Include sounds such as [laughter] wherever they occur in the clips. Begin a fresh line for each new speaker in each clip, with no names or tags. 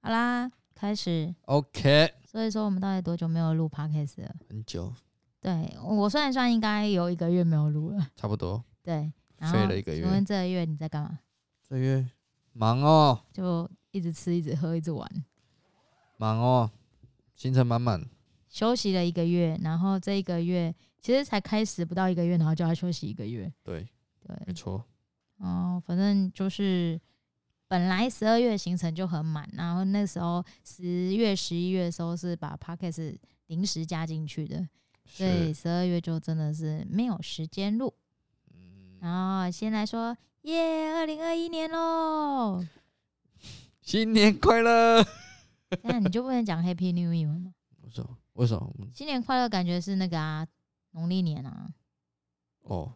好啦，开始。
OK，
所以说，我们到底多久没有录 podcast 了？
很久，
对我算一算，应该有一个月没有录了。
差不多。
对，然后
废了一个月
请问这个月你在干嘛？
这月忙哦，
就一直吃，一直喝，一直玩，
忙哦，行程满满。
休息了一个月，然后这一个月其实才开始不到一个月，然后就要休息一个月。
对，没
对，
错。
哦，反正就是本来十二月行程就很满，然后那时候十月、十一月的时候是把 podcast 临时加进去的，所以
是，
十二月就真的是没有时间录。
嗯，
然后先来说，耶，二零二一年
[laughs]
喽！
新年快乐。
那你就不能讲 Happy New Year 吗？
为什么？为什么我们？
新年快乐，感觉是那个啊，农历年啊，
哦，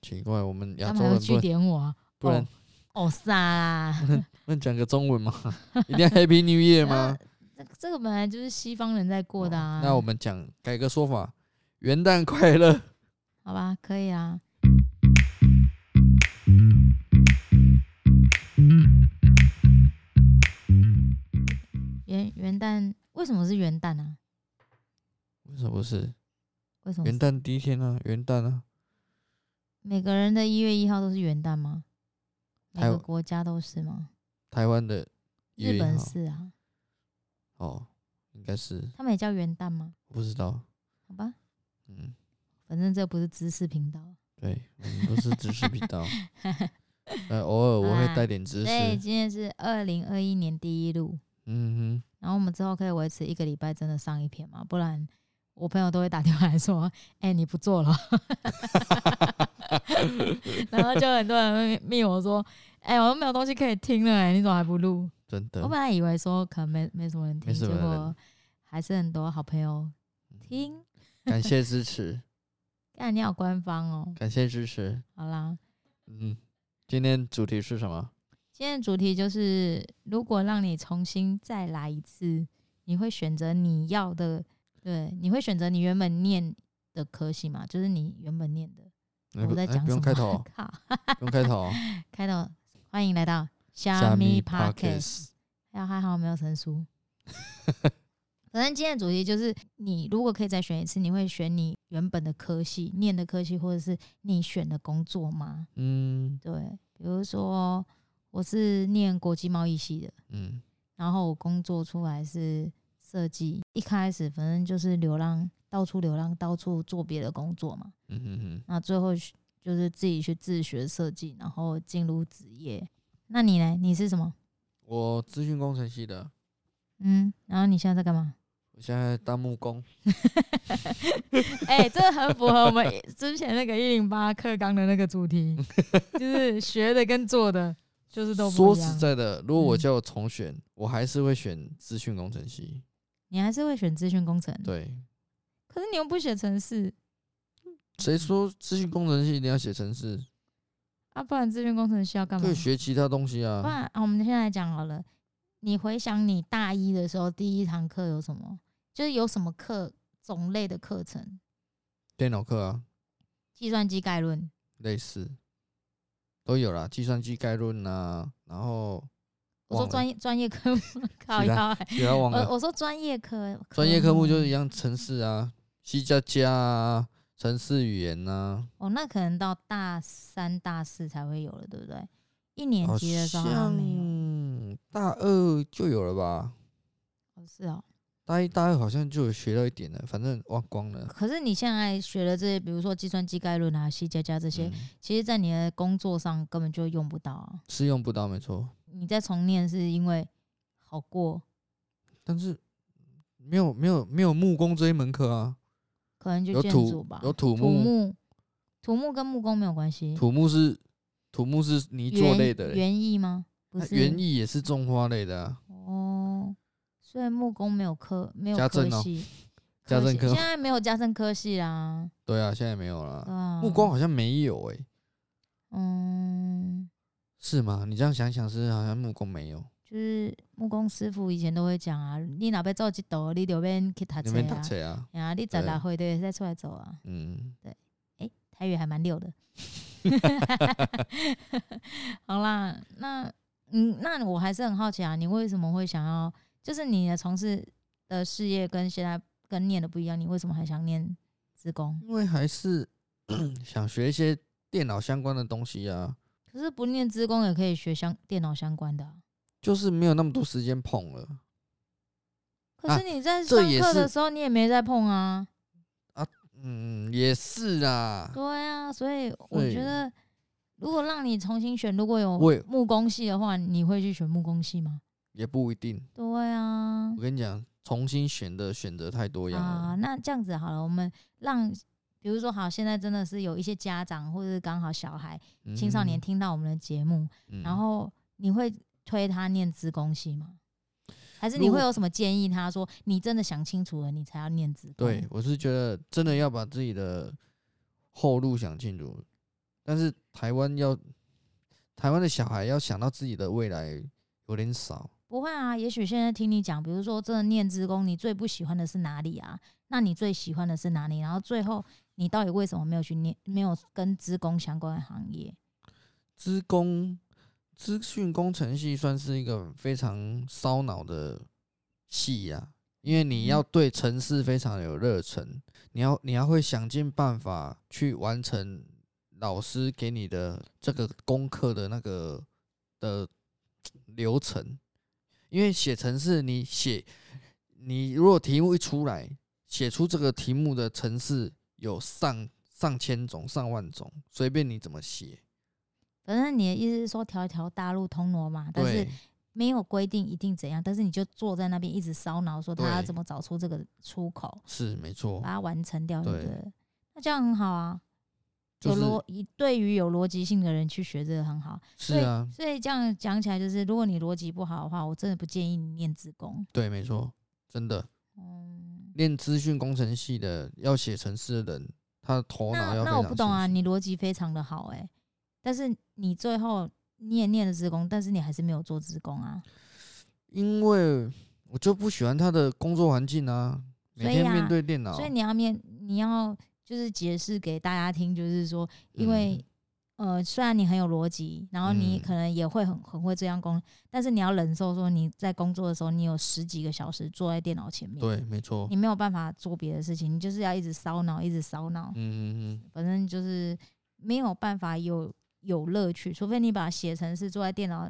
奇怪，我们
他
亚洲
们还会
人不
据
能
点我啊，
不能
哦傻啦，
不能讲个中文吗？ [laughs] 一定要 Happy New Year 吗？
这这个本来 [laughs] 就是西方人在过的啊。
哦那我们讲改个说法，元旦快乐。
好吧，可以啊。元元旦为什么是元旦啊？
为什么不是
为什么
元旦第一天啊？元旦啊，
每个人的一月一号都是元旦吗？每
台
个
湾
国家都是吗？
台湾的1月
日
1
本
号
是啊，
哦，应该是
他们也叫元旦吗？
我不知道。
好吧，
嗯，
反正这不是知识频道。
对，我们都是知识频
[laughs]
道。呃，偶尔我会
啊
带点知识。
对，今天是二零二一年第一录，
嗯
然后我们之后可以维持一个礼拜真的上一篇嘛？不然我朋友都会打电话来说：“ [laughs] 哎、你不做了。” [laughs] 然后就很多人会密我说：“哎、我都没有东西可以听了、哎，你怎么还不录？”
哼，真
我
的
本来以为说可能没没什么人听，
没什
结
么人
果还是很多好朋友听。
嗯
[laughs]
感谢支持，
干你好官方哦，
感谢支持。
好啦，
嗯，今天主题是什么？
今天的主题就是，如果让你重新再来一次，你会选择你要的，对，你会选择你原本念的科系嘛？就是你原本念的。
哎
我
不
在
哎
讲
不
什
用
么？
开头哦，
[laughs] 靠，
不用开头哦。
开头，欢迎来到虾
虾
米
米
Podcast。还好还好没有成 [laughs] 熟。反正今天的主题就是，你如果可以再选一次，你会选你原本的科系、念的科系，或者是你选的工作吗？
嗯
对，比如说我是念国际贸易系的，
嗯，
然后我工作出来是设计，一开始反正就是流浪，到处流浪，到处做别的工作嘛。
嗯哼哼，
那最后去就是自己去自学设计，然后进入职业。那你呢？你是什么？
我资讯工程系的，
嗯，然后你现在在干嘛？
我现在当木工。
[laughs] 哎、这个很符合我们之前那个一零八课纲的那个主题， [laughs] 就是学的跟做的就是都不
说
一样。
实在的，如果我
嗯
叫我重选，我还是会选资讯工程系。
你还是会选资讯工程，
对，
可是你又不写程式
谁说资讯工程系一定要写程式？
啊，不然资讯工程需要干嘛
可以？学其他东西
嗯
啊。
不然啊，我们现在来讲好了。你回想你大一的时候，第一堂课有什么？就是有什么课种类的课程？
电脑课啊，
计算机概论、
类似都有啦，计算机概论啊，然后
我说
忘了
专业专业科目， [laughs] 靠
其他
腰欸、
不要忘
我
了，
我说专业科，
专业科目就是一。样，程式啊，C 加加啊，程式语言啊呐、
哦，那可能到大三、大四才会有了，对不对？一
啊，
年
好
级的时候好像没有。
像大二就有了吧，
哦是哦，
大一大二好像就有学到一点了，反正忘光了。
可是你现在学的这些，比如说计算机概论啊、C 加加这些，
嗯，
其实在你的工作上根本就用不到啊。
是用不到没错，
你再重念是因为好过，
但是没有没有没有木工这一门课啊，
可能就
有
建筑
土
吧。
有土
土
木，
木，土木跟木工没有关系。
土木是土木是泥做
园
类的嘞，
园艺吗？不
那
是
园艺也是种花类的、啊。
哦，所以木工没有科没有
家
科
政哦
系，
家政
系
科
现在没有家政科系啦。
对啊，现在没有了。
啊，
木工好像没有诶、
嗯，
是吗？你这样想想是好像木工没有，
就是木工师傅以前都会讲啊，你哪边做一道，你就边去读
那
册
边打
啊，
车啊，
呀、啊，你十
对
六岁对再出来走啊，
嗯，
[laughs] 台语还蛮溜的。好啦，那嗯，那我还是很好奇啊，你为什么会想要，就是你的从事的事业跟现在跟念的不一样，你为什么还想念职工？
因为还是 [coughs] 想学一些电脑相关的东西啊，
可是不念职工也可以学相电脑相关的啊、
就是没有那么多时间碰了
可是你在
啊这
上
也
课的
是
时候，你也没在碰啊。
嗯，也是啊，
对啊，所以我
对
觉得，如果让你重新选，如果有
我也
木工系的话，你会去选木工系吗？
也不一定。
对啊
我，跟你讲，重新选的选择太多样
啊，
了。
那这样子好了，我们让，比如说好，现在真的是有一些家长或者是刚好小孩、青少年
嗯，
听到我们的节目，
嗯
然后你会推他念资工系吗？还是
如
你会
果
有什么建议？他说你真的想清楚了，你才要念资工。
对，我是觉得真的要把自己的后路想清楚，但是台湾要台湾的小孩要想到自己的未来有点少，
不会啊，也许现在听你讲，比如说真的念职工，你最不喜欢的是哪里啊？那你最喜欢的是哪里？然后最后你到底为什么没有去念，没有跟职工相关的行业？
资工资讯工程系算是一个非常烧脑的系呀、因为你
嗯
要对城市非常有热忱，你要你要会想尽办法去完成老师给你的这个功课的那个的流程，因为写程式你写你如果题目一出来，写出这个题目的程式有上上千种、上万种，随便你怎么写。
反正你的意思是说条条大路通罗马，但是
对，
没有规定一定怎样，但是你就坐在那边一直烧脑，说他要
对
怎么找出这个出口，
是没错
把，它完成掉，对不
对
对？那这样很好啊，
就
有
是
逻一对于有逻辑性的人去学这个很好。
是啊，
所以这样讲起来，就是如果你逻辑不好的话，我真的不建议你念职工。
对，没错，真的
嗯，
练资讯工程系的要写程式的人，他的头
那
脑要
那
非常
我不懂啊，
清晰
你逻辑非常的好哎、但是你最后你也念了职工，但是你还是没有做职工啊，
因为我就不喜欢他的工作环境啊，每
所以
天面
啊
对电脑，
所以你要面你要就是解释给大家听，就是说，因为、呃，虽然你很有逻辑，然后你
嗯
可能也会很很会这样工，但是你要忍受说你在工作的时候，你有十几个小时坐在电脑前面，
对，哦没错，
你没有办法做别的事情，你就是要一直烧脑，一直烧脑。
嗯嗯嗯，
反正就是没有办法有有乐趣，除非你把它写成是坐在电脑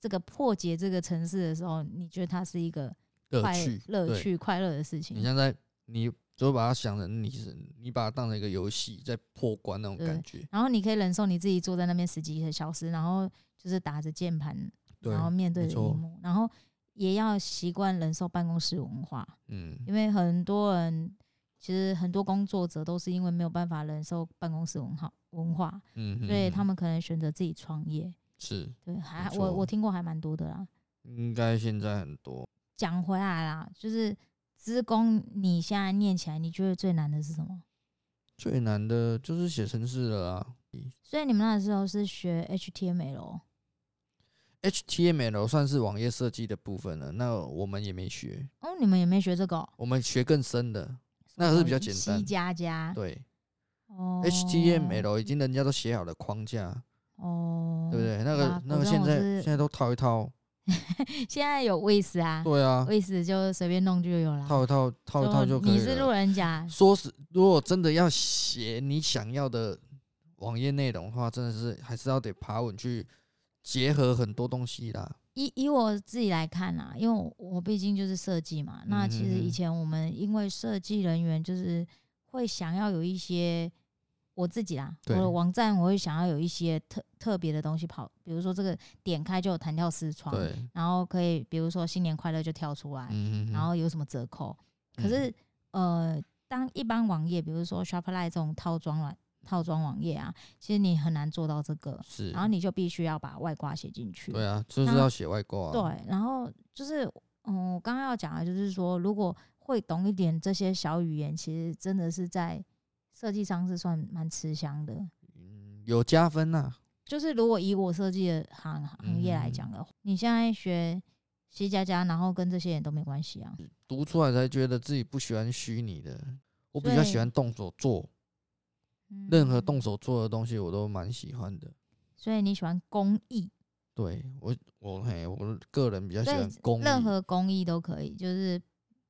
这个破解这个城市的时候，你觉得它是一个
乐
快
趣，
乐
对，
趣快乐的事
你
情。
像在你就把它想成你是你把它当成一个游戏在破关那种
对
感觉，
然后你可以忍受你自己坐在那边十几个小时，然后就是打着键盘，
对
然，后面对
没
着
错
荧幕，然后也要习惯忍受办公室文化，
嗯，
因为很多人其实很多工作者都是因为没有办法忍受办公室文化文化，
嗯，
所以他
们
们可能选择自己创业。
是
对，还我
没错
我听过还蛮多的啦。
应该现在很多
讲回来啦，就是资工，你现在念起来，你觉得最难的是什么？
最难的就是写程式了啊。
所以你们那时候是学 HTML，哦
HTML 哦算是网页设计的部分了，那我们也没学，
哦，你们也没学这个、哦，
我们学更深的。那个是比较简单
C 加加，
对、
哦
h t m l 已经人家都写好了框架，
哦，
对不？对？那个
哇
那
果
个
然
现
我
在
是
现在都套一套，
现在有 Wiz 啊
对啊，
，Wiz 就随便弄就有啦。
套一套套一套就可
你
以
是路
了。
人甲，
说是如果真的要写你想要的网页内容的话，真的是还是要得爬文去结合很多东西啦。
以以我自己来看啦，因为我我毕竟就是设计嘛，那其实
嗯嗯
以
嗯
前我们因为设计人员就是会想要有一些我自己啦，我
对
的网站我会想要有一些特特别的东西跑，比如说这个点开就有弹跳视窗，
对，
然后可以比如说新年快乐就跳出来，
嗯，
然后有什么折扣，可是、呃，当一般网页，比如说 Shopify 这种套装软套装网页啊，其实你很难做到这个，
是，
然后你就必须要把外挂写进去，
对啊，就是
那
要写外挂、啊。
对，然后就是，嗯，我刚刚要讲的就是说，如果会懂一点这些小语言，其实真的是在设计上是算蛮吃香的。
嗯，有加分呐、
就是如果以我设计的行行业来
嗯
讲的话，你现在学 C 加加，然后跟这些人都没关系啊。
读出来才觉得自己不喜欢虚拟的，我比较喜
对
欢动手做，任何
嗯
动手做的东西我都蛮喜欢的。
所以你喜欢工艺，
对我我嘿，我个人比较喜
对
欢工艺、
任何工艺都可以，就是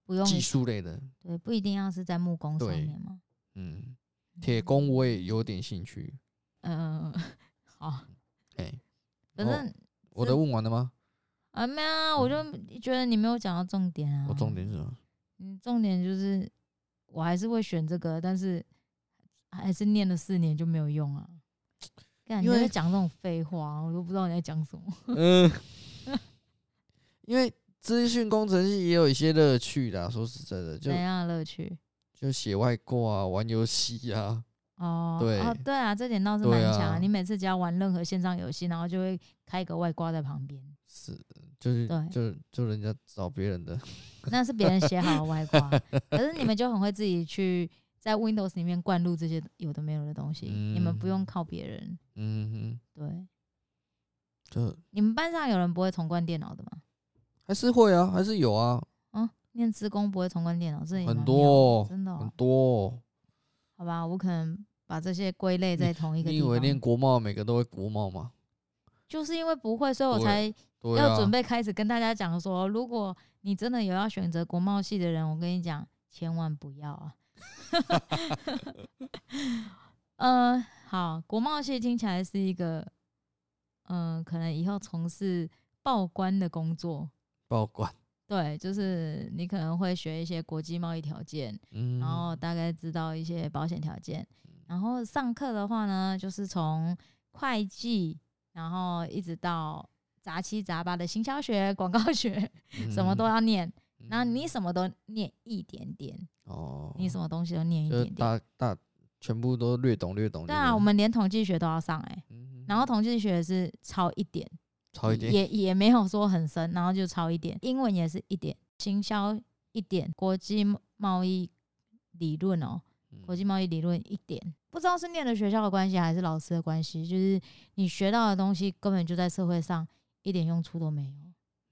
不用
技术类的，嗯
对，不一定要是在木工上
对
面嘛。
嗯，铁工我也有点兴趣。
嗯，嗯，好，
哎、
反
哦
正、
我的问完了吗？
啊没有啊，我就觉得你没有讲到重点啊。
我嗯哦重，点是什么？
嗯，重点就是我还是会选这个，但是还是念了四年就没有用啊。干，你
因
又
为
在讲这种废话，我都不知道你在讲什么。
嗯，
[laughs]
因为资讯工程系也有一些乐趣啦。说实在的，就
怎样的乐趣？
就写外挂、啊、玩游戏啊，
哦，
对
哦，对啊，这点倒是
对
蛮强、
啊
你每次只要玩任何线上游戏，然后就会开一个外挂在旁边，
是就是
对
就是就人家找别人的，
那是别人写好的外挂，可是你们就很会自己去在 Windows 里面灌入这些有的没有的东西，你们不用
嗯
靠别人。
嗯
对，
哼，这
你们班上有人不会重灌电脑的吗？
还是会啊，还是有啊，
嗯，念资工不会重灌电脑，这也
很
蛮
多
妙的
哦
真的哦、
很多、哦。
好吧，我可能把这些归类在同一个
你
地
以为念
方，
国贸每个都会国贸吗？
就是因为不会，所以我
对
才
对啊，
要准备开始跟大家讲说，如果你真的有要选择国贸系的人，我跟你讲，千万不要啊。 [laughs] 呃，好，国贸系听起来是一个，嗯、可能以后从事报关的工作，
报馆，
对，就是你可能会学一些国际贸易条件，
嗯，
然后大概知道一些保险条件，然后上课的话呢，就是从会计，然后一直到杂七杂八的行销学、广告学，什么都要念。
嗯，
然后你
嗯
什么都念一点点，
哦，
你什么东西都念一
就是
点点。
大大全部都略懂略懂就
对
对了。
啊，我们连统计学都要上哎、
嗯哼
然后统计学是超一点，
超一点，
也也没有说很深，然后就超一点。英文也是一点，行销一点，国际贸易理论哦，
嗯
国际贸易理论一点，不知道是念的学校的关系还是老师的关系，就是你学到的东西根本就在社会上一点用处都没有。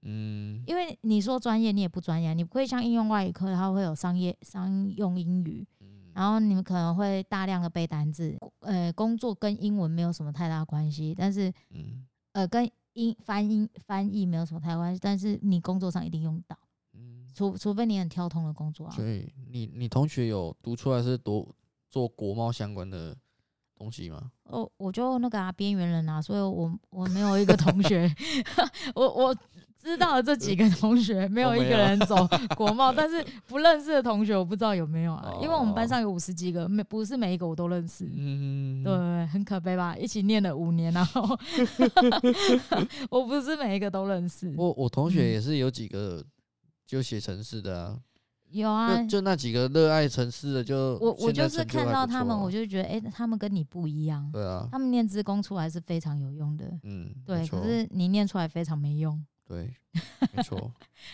嗯，
因为你说专业，你也不专业啊，你不会像应用外语课，它会有商业商用英语，
嗯
然后你们可能会大量的背单字，呃，工作跟英文没有什么太大关系，但是
嗯
呃，跟英翻英翻译没有什么太大关系，但是你工作上一定用到，
嗯，
除除非你很跳通的工作啊
所。以你你同学有读出来是读做国贸相关的东西吗？
哦，我就那个啊，边缘人啊，所以我我没有一个同学， [laughs] 我我知道的这几个同学没
哦
有一个人走国贸，但是不认识的同学我不知道有没有啊，因为我们班上有五十几个，每不是每一个我都认识。
哦嗯，
对，很可悲吧？一起念了五年，然
[laughs]
后我不是每一个都认识。
我我同
嗯
学也是有几个就写城市的啊，
有啊，
就就那几个热爱城市的就
我我
现在
就是
成
看
还
到
不
他
错
们，
啊
我就觉得，哎、他们跟你不一样，
对啊，
他们念职工出来是非常有用的，
嗯，没
对，
错
可是你念出来非常没用。
对，没
[laughs]
错，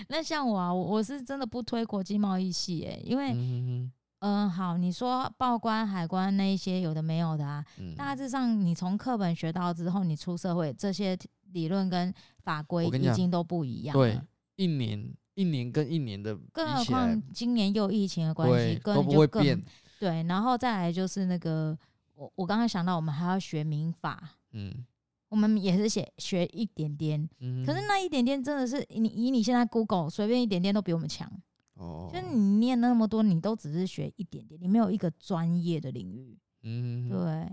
那像我啊，我我是真的不推国际贸易系、诶，因为，
嗯
嗯、好，你说报关、海关那一些有的没有的啊，
嗯
大致上你从课本学到之后，你出社会这些理论跟法规
我跟你
已
讲
经都不一样了
对，一年一年跟一年的比
更何
起来
况，今年又疫情的关
对
系，根
都
本
不
就
会
更
变，
对，然后再来就是那个，我我刚刚想到，我们还要学民法，
嗯
我们也是写学一点点，
嗯，
可是那一点点真的是你以你现在 Google 随便一点点都比我们强，
哦，
就是你念那么多，你都只是学一点点，你没有一个专业的领域。
嗯
对，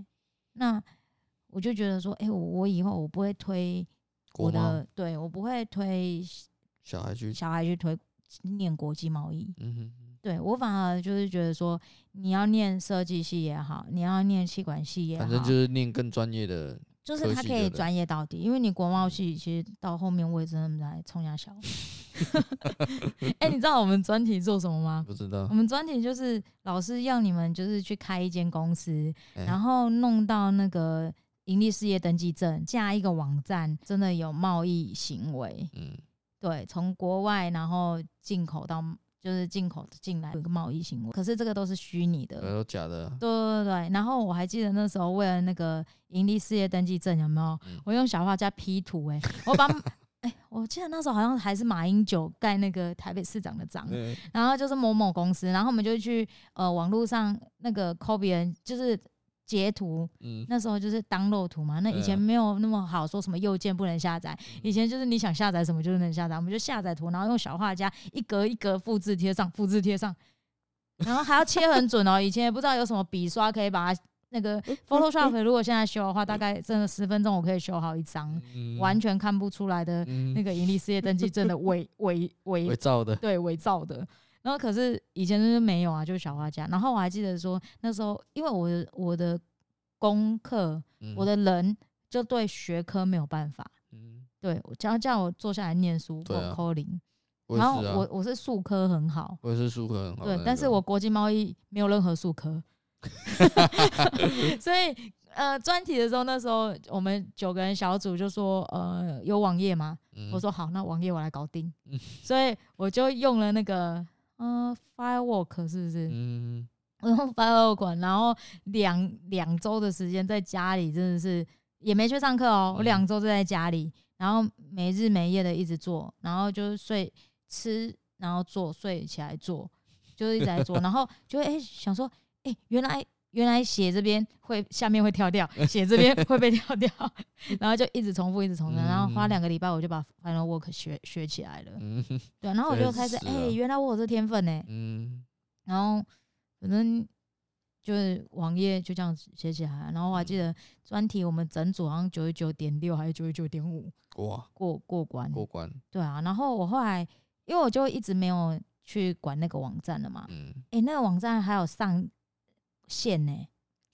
那我就觉得说，哎、我我以后我不会推
国
我
贸
的，对我不会推
小孩去，
小孩去推念国际贸易，
嗯哼
对我反而就是觉得说，你要念设计系也好，你要念气管系也好，
反正就是念更专业的，
就是
科
他
系
可
就
以
对
专业到底，因为你国贸
嗯
系其实到后面我也真的不来冲下 [laughs]
[laughs]
小。哎、你知道我们专题做什么吗？
不知道
我，们专题就是老师要你们就是去开一间公司，
哎
然后弄到那个盈利事业登记证，架一个网站，真的有贸易行为，
嗯
对，从国外然后进口到就是进口进来有一个贸易行为，可是这个都是虚拟的，
呃，都假的啊，
对对对，然后我还记得那时候为了那个盈利事业登记证有没有，
嗯
我用小画家 P 图哎、我把 [laughs] 哎、我记得那时候好像还是马英九盖那个台北市长的章，
嗯
然后就是某某公司，然后我们就去呃网络上那个 copy 人，就是截图，
嗯，
那时候就是当漏图嘛。那以前
对啊
没有那么好，说什么右键不能下载，以前就是你想下载什么就能下载，我们就下载图，然后用小画家一格一格复制贴上，复制贴上，然后还要切很准哦。以前也不知道有什么笔刷可以把它那个
嗯
Photoshop，如果现在修的话，大概真的十分钟我可以修好一张，
嗯
完全看不出来的
嗯
那个盈利事业登记证的伪伪伪
伪造的，
对伪造的。然后可是以前就是没有啊，就是小画家。然后我还记得说那时候，因为我的我的功课，
嗯
我的人就对学科没有办法。
嗯，
对，我只要叫我坐下来念书，
对啊
我扣零。
我
然后
也是啊，
我我是数科很好，
我也是数科很好的那
对
个，，
但是我国际贸易没有任何数
[laughs]
科，所以呃，专题的时候，那时候我们九个人小组就说，呃，有网页吗？
嗯
我说好，那网页我来搞定
嗯。
所以我就用了那个呃 Firework 是不是？
嗯，
我用 Firework，然后两两周的时间在家里真的是也没去上课哦，我
嗯
两周就在家里，然后没日没夜的一直做，然后就是睡吃，然后做睡起来做，就是一直在
[laughs]
做，然后就会哎、想说哎、原来。原来写这边会下面会跳掉，写这边会被跳掉， [laughs] 然后就一直重复，一直重复，然后花
嗯
两个礼拜我就把 Final Work 学学起来了。
嗯嗯
对，然后我
确
就开始，
实
哎、
啊
原来我有这天分呢、
嗯，
然后反正就是网页就这样子写起来，然后我
嗯
还记得专题我们整组好像九十九点六还是九十九点五
哇，
过过关，
过关，
对啊。然后我后来因为我就一直没有去管那个网站了嘛，
嗯，
哎、那个网站还有上线呢、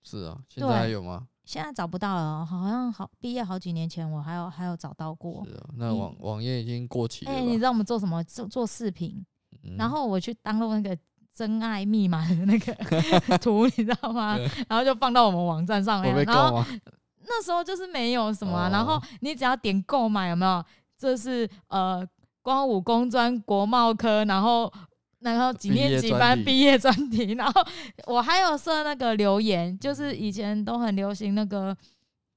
是啊，现
对
在还有吗？
现在找不到了，好像好毕业好几年前我还有还有找到过。
是啊，那网网页已经过期
嗯
了
哎、你知
吧？
道我们做什么？做做视频，
嗯
然后我去当了那个真爱密码的那个
[laughs]
图，你知道吗？然后就放到我们网站上
会
面。
被
然
告
后
吗？
那时候就是没有什么啊、
哦
然后你只要点购买，有没有？这是呃，光武工专国贸科，然后然后几
毕
年
业
几
专
班
题
毕业专题，然后我还有设那个留言，就是以前都很流行那个。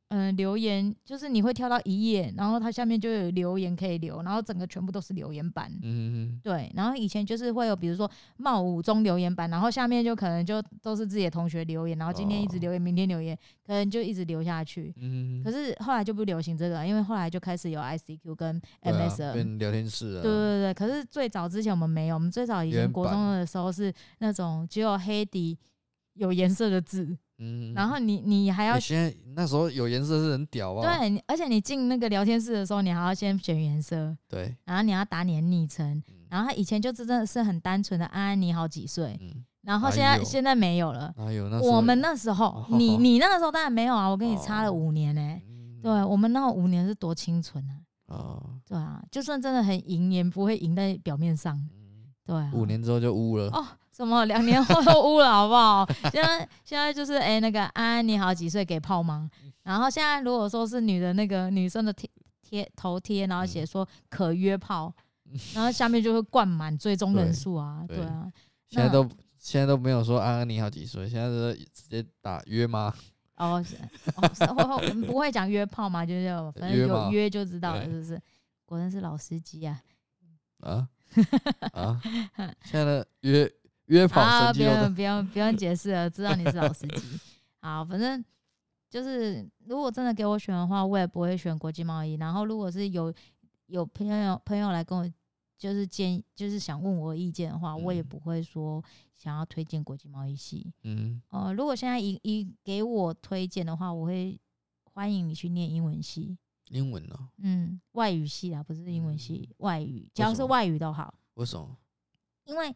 嗯，留言就是你会跳到一页，然后它下面就有留言可以留，然后整个全部都是留言板。
嗯，
对，然后以前就是会有，比如说冒五中留言板，然后下面就可能就都是自己的同学留言，然后今天一直
哦
留言，明天留言，可能就一直留下去。
嗯，
可是后来就不流行这个了，因为后来就开始有 ICQ 跟
对啊
MSN。
变聊天室啊，
对对对，可是最早之前我们没有，我们最早以前
原
国
版
中的时候是那种只有黑底有颜色的字，
嗯，
然后你你还要
你现在那时候有颜色是很屌吧？
对，你而且你进那个聊天室的时候，你还要先选颜色，
对，
然后你要打你的昵称
嗯，
然后他以前就真的是很单纯的安安你好几岁，
嗯，
然后
哎
现在、
呦
现在没有了。
哪有那时候
我们那时候，
哦 [laughs]
你你那个时候当然没有啊，我跟你差了
哦
五年呢、欸
嗯
对我们那五年是多清纯啊，
哦，
对啊，就算真的很赢，也不会赢在表面上，
嗯
对啊。
五年之后就污了，
哦，什么两年后都污了，好不好？现在现在就是哎、那个安安你好几岁给泡吗？然后现在如果说是女的那个女生的贴贴头贴，然后
嗯
写说可约
[laughs]
炮，然后下面就会灌满追踪人
对
数啊，
对
对啊。
现在
那
都现在都没有说安安你好几岁，现在都直接打约吗？
哦，是哦是哦我们不会讲约炮嘛，就是有反正
约
有
炮
约就知道了，
对
是不是？果然是老司机啊！
啊啊，现在的约约 [laughs] 跑
啊，
神
不
经肉
用
的，
不用不用解释了，知道你是老司机。好，反正就是如果真的给我选的话，我也不会选国际贸易。然后如果是有有朋友朋友来跟我就是建议，就是想问我意见的话，我也
嗯
不会说想要推荐国际贸易系。
嗯
呃，如果现在一一给我推荐的话，我会欢迎你去念英文系。
英文哦，
嗯，外语系啊，不是英文系，外语，只
嗯为
要
什
是
么
外语都好，
为什么？
因为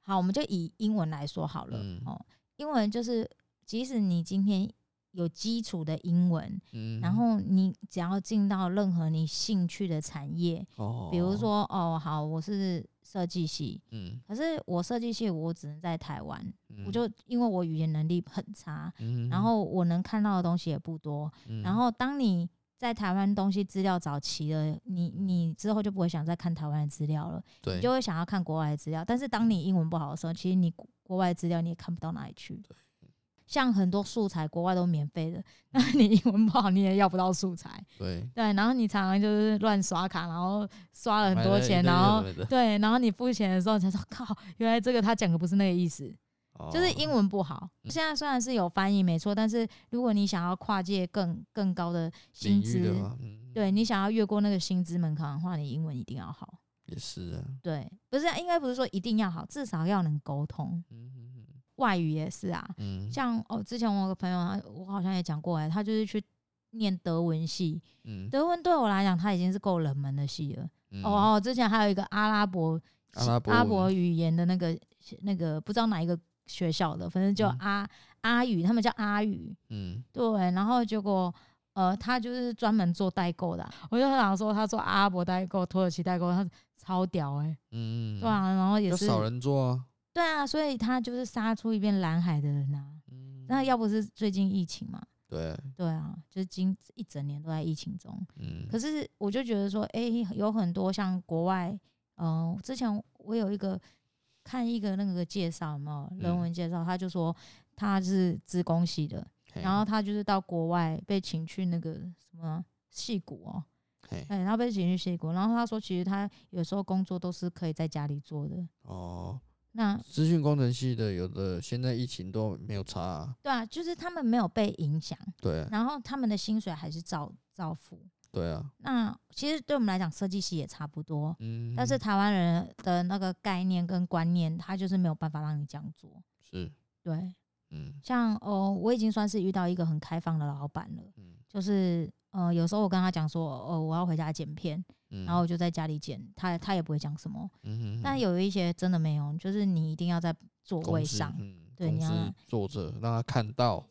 好，我们就以英文来说好了、
嗯
哦。英文就是，即使你今天有基础的英文，
嗯，
然后你只要进到任何你兴趣的产业，
哦，
比如说哦，好，我是设计系，
嗯，
可是我设计系我只能在台湾，
嗯，
我就因为我语言能力很差，
嗯，
然后我能看到的东西也不多，
嗯
然后当你在台湾东西资料找齐了，你你之后就不会想再看台湾的资料了，
对
你就会想要看国外的资料。但是当你英文不好的时候，其实你国国外的资料你也看不到哪里去。像很多素材国外都免费
嗯
的，那你英文不好你也要不到素材。
对，
对，然后你常常就是乱刷卡，然后刷了很
买
多
了一
钱，
堆
然
有
后
的没的
对，然后你付钱的时候才说靠，原来这个他讲的不是那个意思。就是英文不好。
哦嗯
现在虽然是有翻译没错，但是如果你想要跨界更更高的薪
领域
资
的，话，嗯，
对你想要越过那个薪资门槛的话，你英文一定要好。
也是啊，
对，不是应该不是说一定要好，至少要能沟通。
嗯嗯嗯
外语也是啊，
嗯，
像哦，之前我有个朋友，他我好像也讲过哎、他就是去念德文系，
嗯
德文对我来讲，它已经是够冷门的系了。
嗯
哦哦，之前还有一个阿拉伯
阿拉伯
阿
文
伯语言的那个那个不知道哪一个学校的，反正就
嗯
阿、阿语，他们叫阿语。
嗯
对，然后结果呃，他就是专门做代购的啊、我就很想说，他做阿拉伯代购、土耳其代购，他超屌哎、
嗯嗯，
对啊，然后也
就是少人做啊，
对啊，所以他就是杀出一片蓝海的人啊。
嗯
那要不是最近疫情嘛，
对，
对啊，就是今一整年都在疫情中。
嗯，
可是我就觉得说，诶，有很多像国外，嗯、之前我有一个看一个那个介绍，有没有人
嗯
文介绍，他就说他是资工系的，
嘿
然后他就是到国外被请去那个什么戏谷哦，
嘿
哎，他被请去戏谷，然后他说其实他有时候工作都是可以在家里做的。
哦，
那
资讯工程系的有的现在疫情都没有差啊，
对啊，就是他们没有被影响，
对啊
然后他们的薪水还是照照付。
对啊，
那其实对我们来讲，设计系也差不多，
嗯，
但是台湾人的那个概念跟观念，他就是没有办法让你这样做。
是
对，
嗯
像哦，我已经算是遇到一个很开放的老板了，
嗯
就是呃，有时候我跟他讲说，哦，我要回家剪片，
嗯，
然后我就在家里剪，他他也不会讲什么。
嗯嗯，
但
嗯
有一些真的没有，就是你一定要在座
公
位
司
上。
嗯，
对
公
你要
司坐着让他看到，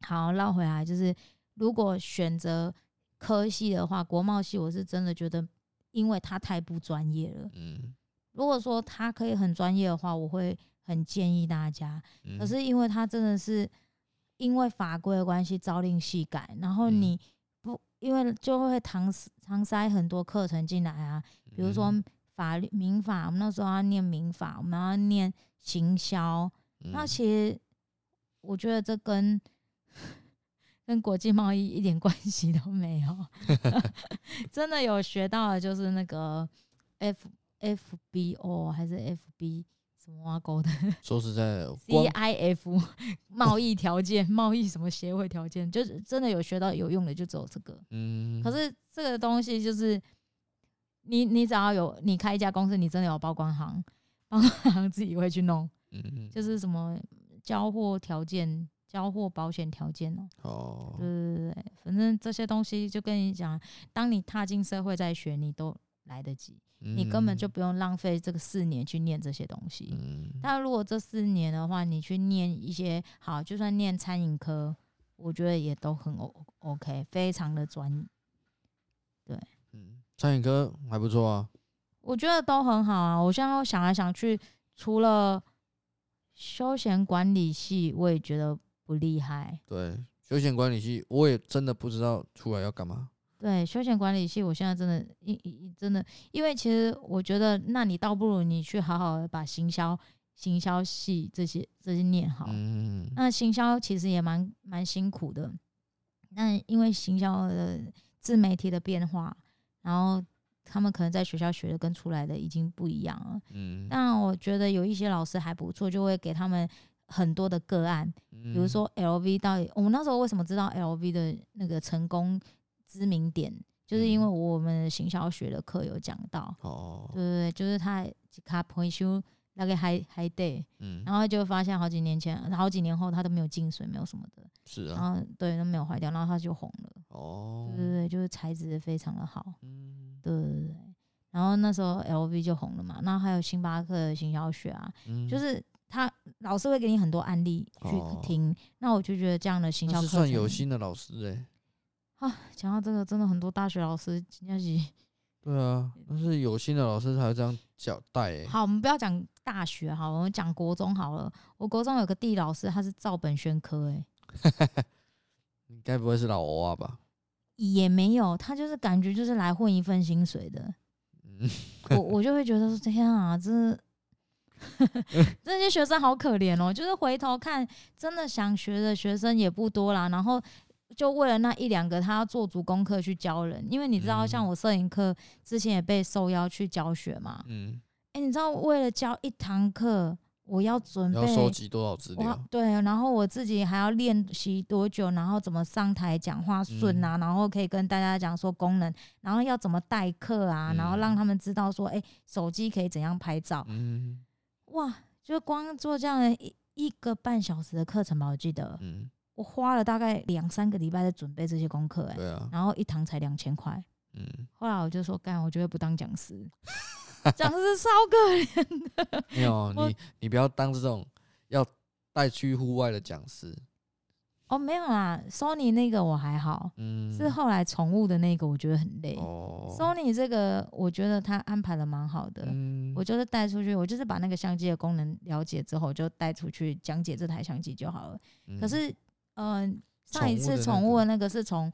好，绕回来就是，如果选择科系的话，国贸系我是真的觉得，因为他太不专业了。
嗯，
如果说他可以很专业的话，我会很建议大家，可
嗯
是因为他真的是因为法规的关系朝令夕改，然后
嗯
你不因为就会搪塞搪塞很多课程进来啊，比如说
嗯
法律、民法，我们那时候要念民法，我们要念行销。那
嗯
其实我觉得这跟跟国际贸易一点关系都没
[laughs]
有，真的有学到的就是那个 F F B O 还是 F B 什么挖沟的。
说实在的，光
CIF [laughs] 贸易条件、 [laughs] 贸易什么协会条件，就是真的有学到有用的，就只有这个。
嗯，
可是这个东西就是你，你只要有你开一家公司，你真的有包装行， [laughs] 包装行自己会去弄，
嗯
就是什么交货条件、交货保险条件哦、
哦，
对对对对，反正这些东西就跟你讲，当你踏进社会再学，你都来得及，你根本就不用浪费这个四年去念这些东西。
嗯嗯
但如果这四年的话，你去念一些好，就算念餐饮科，我觉得也都很 O OK，非常的专，
嗯，餐饮科还不错啊，
我觉得都很好啊。我现在想来想去，除了休闲管理系，我也觉得不厉害。
对，休闲管理系我也真的不知道出来要干嘛，
对，休闲管理系，我现在真的，一一真的，因为其实我觉得，那你倒不如你去好好的把行销、行销系这些这些念好。
嗯，
那行销其实也蛮蛮辛苦的，那因为行销的自媒体的变化，然后他们可能在学校学的跟出来的已经不一样了。
嗯，
但我觉得有一些老师还不错，就会给他们很多的个案，
比
比如说
嗯
LV 到底，我们那时候为什么知道 LV 的那个成功知名点，就是因为我们行销学的课有讲到，
嗯哦
对，对对，就是他卡维修那个还还得。
嗯，
然后就发现好几年前、好几年后，它都没有进水，没有什么的，
是
然
啊，
后对都没有坏掉，然后它就红了，
哦
对，对对，就是材质非常的好，
嗯
对对对。然后那时候 LV 就红了嘛，然后还有星巴克的行销学啊，
嗯
就是他老师会给你很多案例
哦
去听，那我就觉得这样的行
那
销
是
课
算
程
有心的老师哎、
啊。讲到这个，真的很多大学老师真的是
对啊，那是有心的老师才会这样教带哎、
嗯好，我们不要讲大学好了，我们讲国中好了。我国中有个地理老师，他是照本宣科、欸，
你该不会是老欧啊吧？
也没有，他就是感觉就是来混一份薪水的。
嗯，
我我就会觉得说，天啊，
[laughs]
这这些学生好可怜哦。就是回头看，真的想学的学生也不多啦。然后就为了那一两个，他要做足功课去教人，因为你知道，
嗯
像我摄影课之前也被受邀去教学嘛。
嗯，
诶，你知道为了教一堂课，我要准
你
备
要收集多少资
嗯我要
料？
对，然后我自己还要练习多久，然后怎么上台讲话顺
嗯
啊，然后可以跟大家讲说功能，然后要怎么代课啊，然后让
嗯
他们知道说，哎、手机可以怎样拍照，
嗯
哇，就光做这样的一一个半小时的课程吧，我记得
嗯，
我花了大概两三个礼拜在准备这些功课、哎，
对啊，
然后一堂才两千块， [laughs]
嗯，
后来我就说，干，我绝对不当讲
[laughs]
师，讲师超可怜的。 [laughs]
没有啊
我
你，你不要当这种要带去户外的讲师，
哦，没有啦，Sony 那个我还好，
嗯，
是后来宠物的那个，我觉得很累。
哦，
Sony 这个，我觉得他安排的蛮好的。
嗯
我就是带出去，我就是把那个相机的功能了解之后，我就带出去讲解这台相机就好了。
嗯
可是，嗯、上一次
宠
宠
物
物
的
的那个是从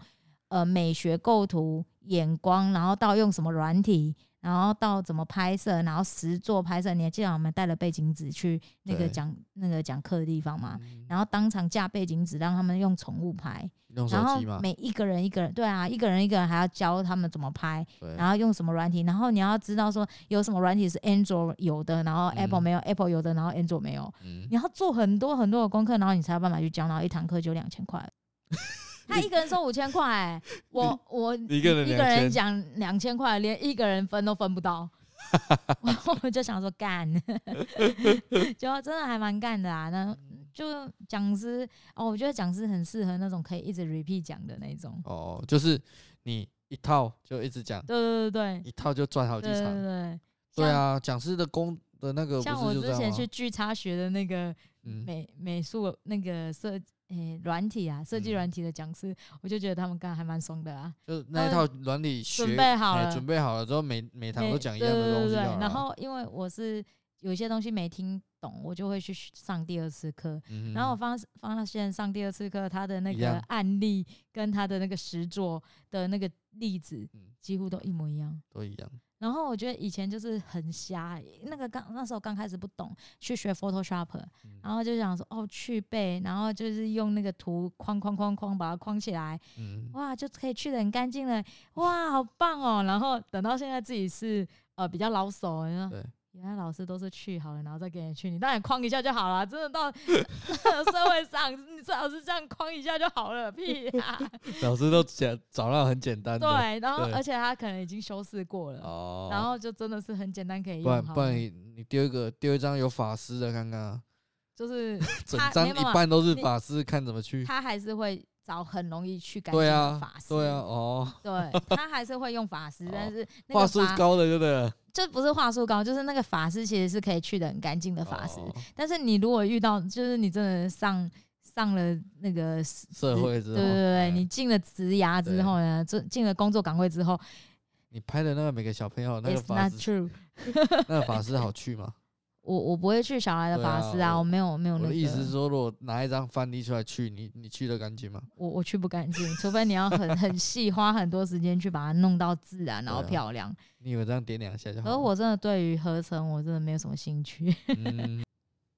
呃美学构图、眼光，然后到用什么软体，然后到怎么拍摄，然后实做拍摄。你还记得我们带了背景纸去那个
对
讲那个讲课的地方吗？
嗯
然后当场架背景纸，让他们用宠物拍。
用手
然后
机嘛，
每一个人一个人，对啊，一个人一个人还要教他们怎么拍，
对，
然后用什么软体，然后你要知道说有什么软体是 Android 有的，然后 Apple
嗯
没有、a p p l e 有的，然后 Android 没有，
嗯
你要做很多很多的功课，然后你才有办法去教，然后一堂课就两千
[laughs]
块。他一个人收五千块、我我
一个人
一个人
2000
讲两千块，连一个人分都分不
[laughs]
到，我我就想说干，就真的还蛮干的啊。那就讲师哦，我觉得讲师很适合那种可以一直 repeat 讲的那种。
哦，就是你一套就一直讲，
对对对
一套就赚好
对
几
对对
场，
对
对
像
啊，讲师的工的那个
像
不
我
是就这
之前
样吗
去？巨差学的那个
嗯，
美美术那个设诶软体啊，设计
嗯
软体的讲师，我就觉得他们干还蛮松的啊，
就那一
他
套软体学
准备好
哎
了
准备好了之后，每每堂
每
都讲一样的东
对对对
西啊就
对
好了
然后因为我是有些东西没听懂，我就会去上第二次课。
嗯
然后我
哼
发发现上第二次课，他的那
一
个
样
案例跟他的那个实作的那个例子
嗯
几乎都一模一样。
都一样，
然后我觉得以前就是很瞎欸、那个刚那时候刚开始不懂，去学 Photoshop，
嗯
然后就想说哦去背，然后就是用那个图框框框框把它框起来，
嗯，
哇，就可以去的很干净了，哇，好棒哦！然后等到现在自己是呃比较老手，你说
对
原来老师都是去好了，然后再给你去，你当然框一下就好了。真的到 [laughs] 社会上，你最好是这样框一下就好了，屁
[laughs]
啊！
老师都讲找到很简单的，
对，然后
对
而且他可能已经修饰过了，
哦，
然后就真的是很简单可以
不然
用好
不然
了，
你你丢一个丢一张有法师的看看啊，
就是
整
他
张
没办法
一半都是
你
法师，看怎么去，
他还是会找很容易去干净
对
的
啊
法师，
对啊，哦，
对他还是会用法师，但
哦
是那
话
个
术
法
高的对不对？
就不是话术高，就是那个法师其实是可以去的很干净的法师。
哦
但是你如果遇到，就是你真的上上了那个，
社会之
对
后，
对对，
嗯
你进了职涯之后呢，进进了工作岗位之后
你拍的那个每个小朋友那个
，it's
法
not
师，
true
那个法师好
[laughs]
去吗？
我。我不会去小孩的
对啊
法师啊，
我
我没有没有
我
那
的
个，
意思是说，如果拿一张翻例出来去，你你去的干净吗？
我我去不干净，除非你要很很细，花很多时间去把它弄到自然，然后
对啊啊
漂亮。
你以为这样点两下就好
可
了？
是我真的对于合成，我真的没有什么兴趣。 [laughs]
嗯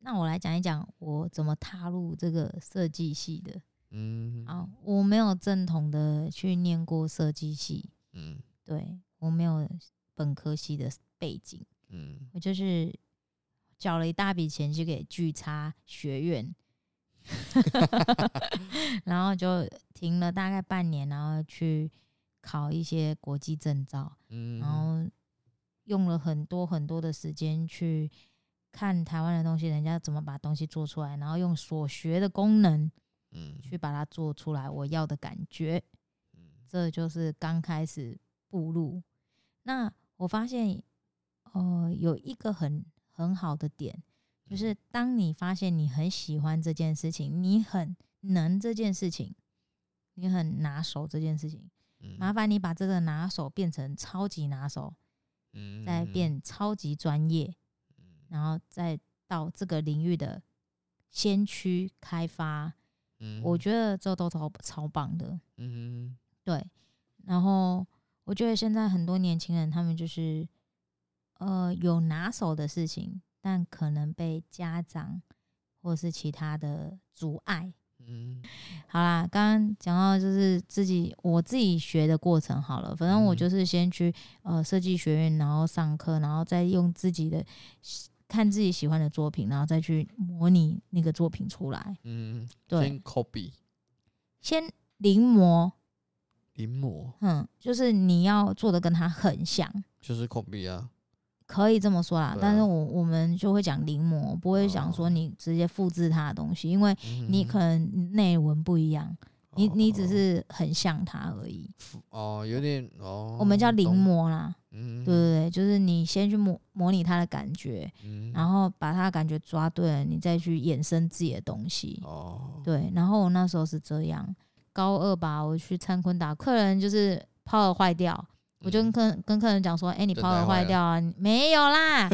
那我来讲一讲我怎么踏入这个设计系的。
嗯
啊，我没有正统的去念过设计系，
嗯
对我没有本科系的背景，
嗯，
我就是缴了一大笔钱去给巨差学院， [laughs] 然后就停了大概半年，然后去考一些国际证照，
嗯
然后用了很多很多的时间去看台湾的东西，人家怎么把东西做出来，然后用所学的功能
嗯
去把它做出来我要的感觉。
嗯
这就是刚开始步入。那我发现，呃，有一个很很好的点，
嗯
就是当你发现你很喜欢这件事情，你很能这件事情，你很拿手这件事情，
嗯
麻烦你把这个拿手变成超级拿手，
嗯
再变超级专业，
嗯
然后再到这个领域的先驱开发，
嗯
我觉得这都超超棒的。
嗯
对，然后我觉得现在很多年轻人，他们就是呃有拿手的事情，但可能被家长或是其他的阻碍。
嗯
好啦，刚刚讲到就是自己我自己学的过程好了，反正我
嗯
就是先去呃设计学院，然后上课，然后再用自己的看自己喜欢的作品，然后再去模拟那个作品出来。
嗯，
对，
先 copy
先临摹，
临摹
嗯，就是你要做的跟它很像，
就是 copy 啊，
可以这么说啦。
对啊
但是我我们就会讲临摹，不会讲说
哦
你直接复制它的东西，因为你
嗯
可能内文不一样，你
哦
你只是很像它而已。
哦，有点哦，
我们叫临
懂，
摹啦，
嗯，
对对对，就是你先去模模拟它的感觉，
嗯，
然后把它的感觉抓对了，你再去衍生自己的东西。
哦，
对，然后我那时候是这样，高二吧，我去参坤达，客人就是泡了坏掉，我就跟 [laughs]
嗯
客人跟客人讲说，哎、你
韧
泡
带
了
坏
坏
了
掉啊？你没有
[laughs]
啦。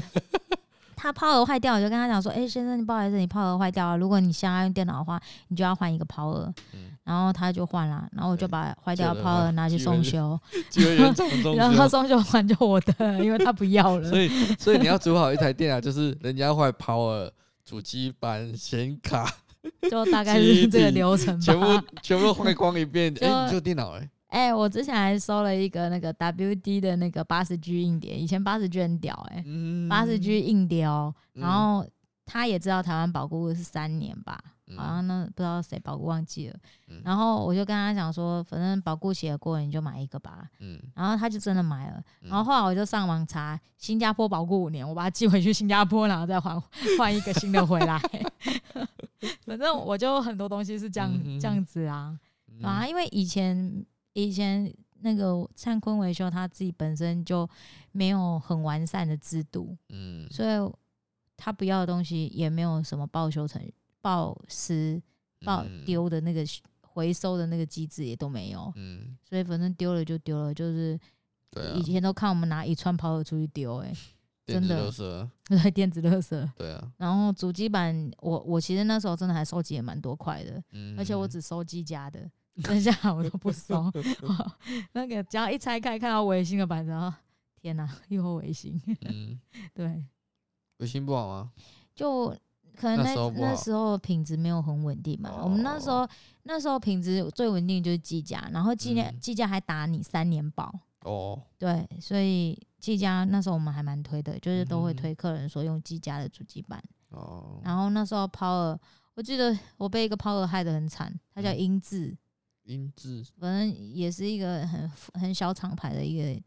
他泡了坏掉，我就跟他讲说：“哎、先生，不好意思，你泡了坏掉啊。如果你现在用电脑的话，你就要换一个泡了。
嗯
然后他就换啦，然后我就
对
把坏掉
就
的泡了拿去
基本
送
是 [laughs]
修，
机会人场中
然后
修，
送修完就我的了，因为他不要了。
所以所以你要组好一台电脑，就是人家坏 power 主机板、显
[laughs]
卡，
就大概
记忆
是这个
体
流程吧。
全部全部坏光一遍，
就
哎，你就电脑哎，
哎、我之前还收了一个那个 WD 的那个八十 G 硬碟，以前八十 G 很屌哎、
嗯，
八十 G 硬碟哦、
嗯
然后他也知道台湾保固是三年吧，好
嗯，
像那不知道谁保固忘记了
嗯。
然后我就跟他讲说，反正保固写过了你就买一个吧。
嗯，
然后他就真的买了。
嗯
然后后来我就上网查新加坡保固五年，我把它寄回去新加坡，然后再换 [laughs] 换一个新的回
[laughs]
来。反正我就很多东西是这样、
嗯哼
这样子啊。
嗯
对啊，，因为以前以前那个灿坤维修他自己本身就没有很完善的制度，
嗯，
所以他不要的东西也没有什么报修成报失、报
嗯，
丢的那个回收的那个机制也都没有，
嗯，
所以反正丢了就丢了，就是
对啊
以，前都看我们拿一串抛了出去丢、
[laughs]
欸，
电
真
子
的
垃圾，啊
对，电子垃圾。
对啊，
然后主机板，我我其实那时候真的还收集也蛮多块的，
嗯，
而且我只收机夹的，剩下我都不
[laughs]
收。 [laughs] 那个只要一拆开看到维新的板子，然后天哪、又有维新。
嗯，
[laughs] 对，
微信不
[laughs]
好吗？
就可能
那
那
时候不好哦
那时候品质没有很稳定嘛。我们那时候那时候品质最稳定就是技嘉，然后技嘉、
嗯
技嘉还打你三年保，
哦，
对，所以技嘉那时候我们还蛮推的，就是都会
嗯哼
推客人说用技嘉的主机板。
哦，
然后那时候 Power，我记得我被一个 Power 害得很惨，它叫
嗯
英智。
音质，
反正也是一个很很小厂牌的一个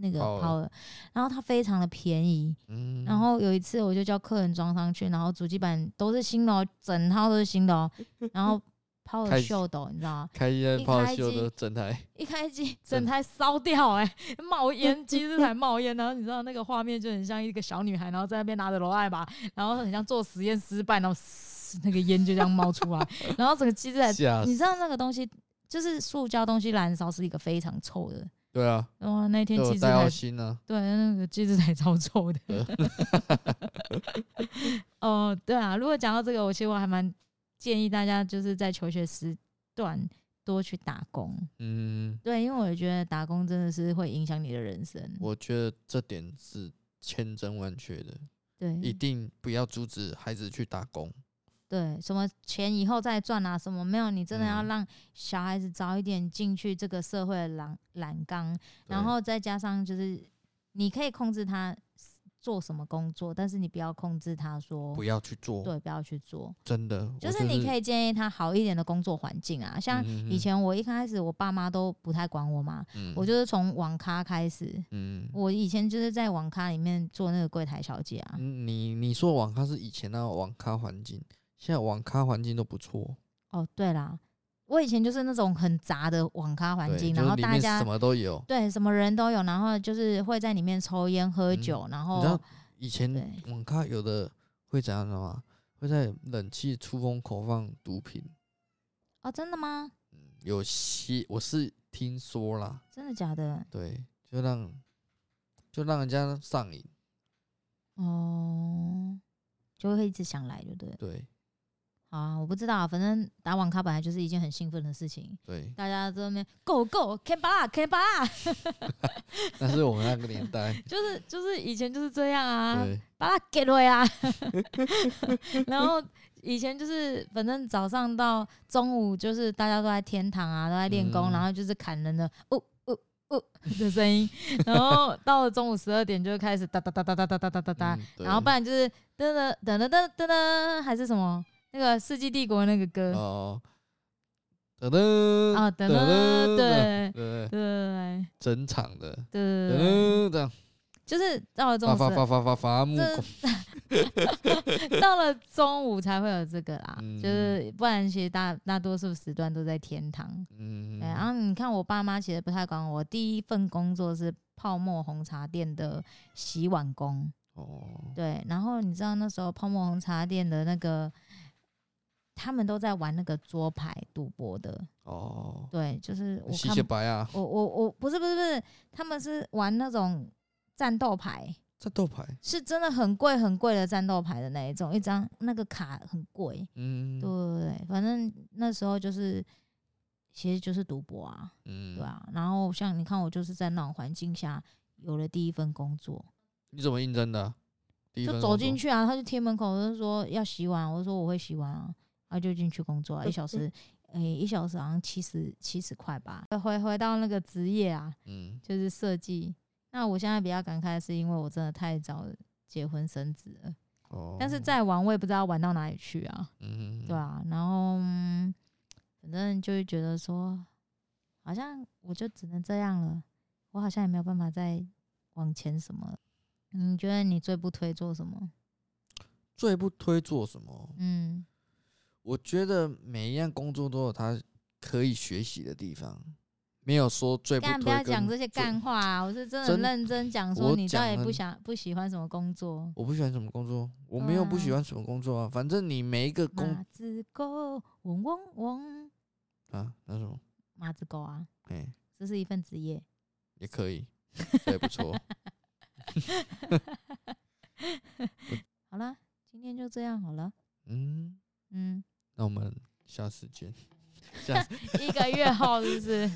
那个
Power
power，然后它非常的便宜。
嗯，
然后有一次我就叫客人装上去，然后主机板都是新的、哦，整套都是新的、
[laughs]
哦，然后
开
power
机
秀的哦、你知道吗？
开机
一
泡
开
秀
机
的整台，
一开
[laughs]
机
真
整台烧掉、哎，冒
[laughs]
烟，机子台冒烟，然后你知道那个画面就很像一个小女孩，然后在那边拿着罗艾吧，然后很像做实验失败，然后嘶那个烟就这样冒出
[laughs]
来，然后整个机子台
吓死，
你知道那个东西就是塑胶东西燃烧是一个非常臭的。
对啊，
然后那
都
天
有
机制
带到
台
心啊，
对那个机制台超臭的。 [laughs] 哦，对啊，如果讲到这个，我其实我还蛮建议大家就是在求学时段多去打工。
嗯，
对，因为我觉得打工真的是会影响你的人生。
我觉得这点是千真万确的，
对
一定不要阻止孩子去打工，
对，什么钱以后再赚啊，什么没有，你真的要
嗯
让小孩子早一点进去这个社会的栏栏杆，
对
然后再加上就是你可以控制他做什么工作，但是你不要控制他说
不要去做，
对，不要去做。
真的，我嗯
就是你可
以
以建议他好一点的工作环境啊，像以，前我一开始我爸妈都不太管我嘛，
嗯
我就是从网咖开始，
嗯
我以前就是在网咖里面做那个柜台小姐啊。
嗯，你你说网咖是以前那个网咖环境，现在网咖环境都不错，
哦，对啦，我以前就是那种很杂的网咖环
对，
境，
就
然
是
后
里
大
面
家
什么都有，
对什么人都有，然后就是会在里面抽烟喝
嗯
酒，然
你知道
后
以前
哦对
网咖有的会怎样的吗？会在冷气出风口放毒品，
哦，真的吗？
有些我是听说啦，
真的假的？
对，就让就让人家上瘾，
哦，就会一直想来，就对了。
对
好啊，我不知道啊，反正打网咖本来就是一件很兴奋的事情，
对，
大家在那边 go go can 吧 can 吧，，
那是我们那个年代
[laughs] 就是就是以前就是这样 [laughs] 啊，
对，嗯
把它给了呀。 [laughs] 然后以前就是反正早上到中午就是大家都在天堂啊，都在练功，
嗯
然后就是砍人的，哦哦呃 [laughs] 的声音，然后到了中午十二点就开始哒哒哒哒哒哒哒哒哒哒，
嗯
然后不
对
然就是噔噔噔噔噔噔噔，还是什么那个《世纪帝国》那个歌
哦，噔噔
啊，噔噔，对
对对，
对
整场的
对对对对，
噔噔这样
就是到了中
发
午12
发发发发伐木
这
工，
[laughs] 到了中午才会有这个啦，
嗯
就是不然其实大大多数时段都在天堂。
嗯，
对，然后你看我爸妈其实不太管我，我第一份工作是泡沫红茶店的洗碗工，
哦，
对，然后你知道那时候泡沫红茶店的那个，他们都在玩那个桌牌赌博的，
哦，
对，就是我
吸
看
血白啊，
我我我不是不是不是，他们是玩那种战斗牌，
这豆牌，
是真的很贵很贵的战斗牌的那一种，一张那个卡很贵，
嗯，
对对对，反正那时候就是。其实就是赌博啊，
嗯，
对啊。然后像你看，我就是在那种环境下有了第一份工作，
你怎么应征的啊？第一
就
份
走
工
进
作，
去啊，他就贴门口就说要洗碗，我说我会洗碗啊，然后就进去工作、
[laughs]
啊，一小时，诶、一小时好像七十七十块吧。回回到那个职业啊，
嗯，
就是设计。那我现在比较感慨，是因为我真的太早结婚生子了，
哦，
但是再玩我也不知道玩到哪里去啊，
嗯，
对啊，然后、嗯反正就会觉得说，好像我就只能这样了，我好像也没有办法再往前什么了。你觉得你最不推做什么？
最不推做什么？
嗯
我觉得每一样工作都有它可以学习的地方，没有说最不
干不
推
要
跟
讲这些
最
干话、啊，我是真的
真
很认真讲说
我
你到底
讲
不
很
想不喜欢什么工作。
我不喜欢什么工作，我没有不喜
嗯
欢什么工作啊。反正你每一个工
马子狗嗡嗡嗡，
啊，那什么，
马子狗啊，
哎、
这是一份职业。
也可以，这也
[laughs]
不错。
好了，今天就这样好了。
嗯，
嗯，
那我们下次见。 [laughs] 下次
一个月后是不是？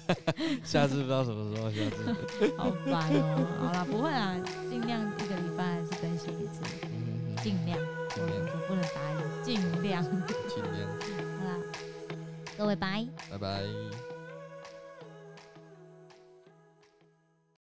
下次不知道什么时候，下次。
[laughs] 好烦哦、好啦，不会啦，尽量一个礼拜还是更新一次，
嗯，
尽量，我
尽量
我不能答应，尽量。好
尽量，
啦，各位拜。
拜拜。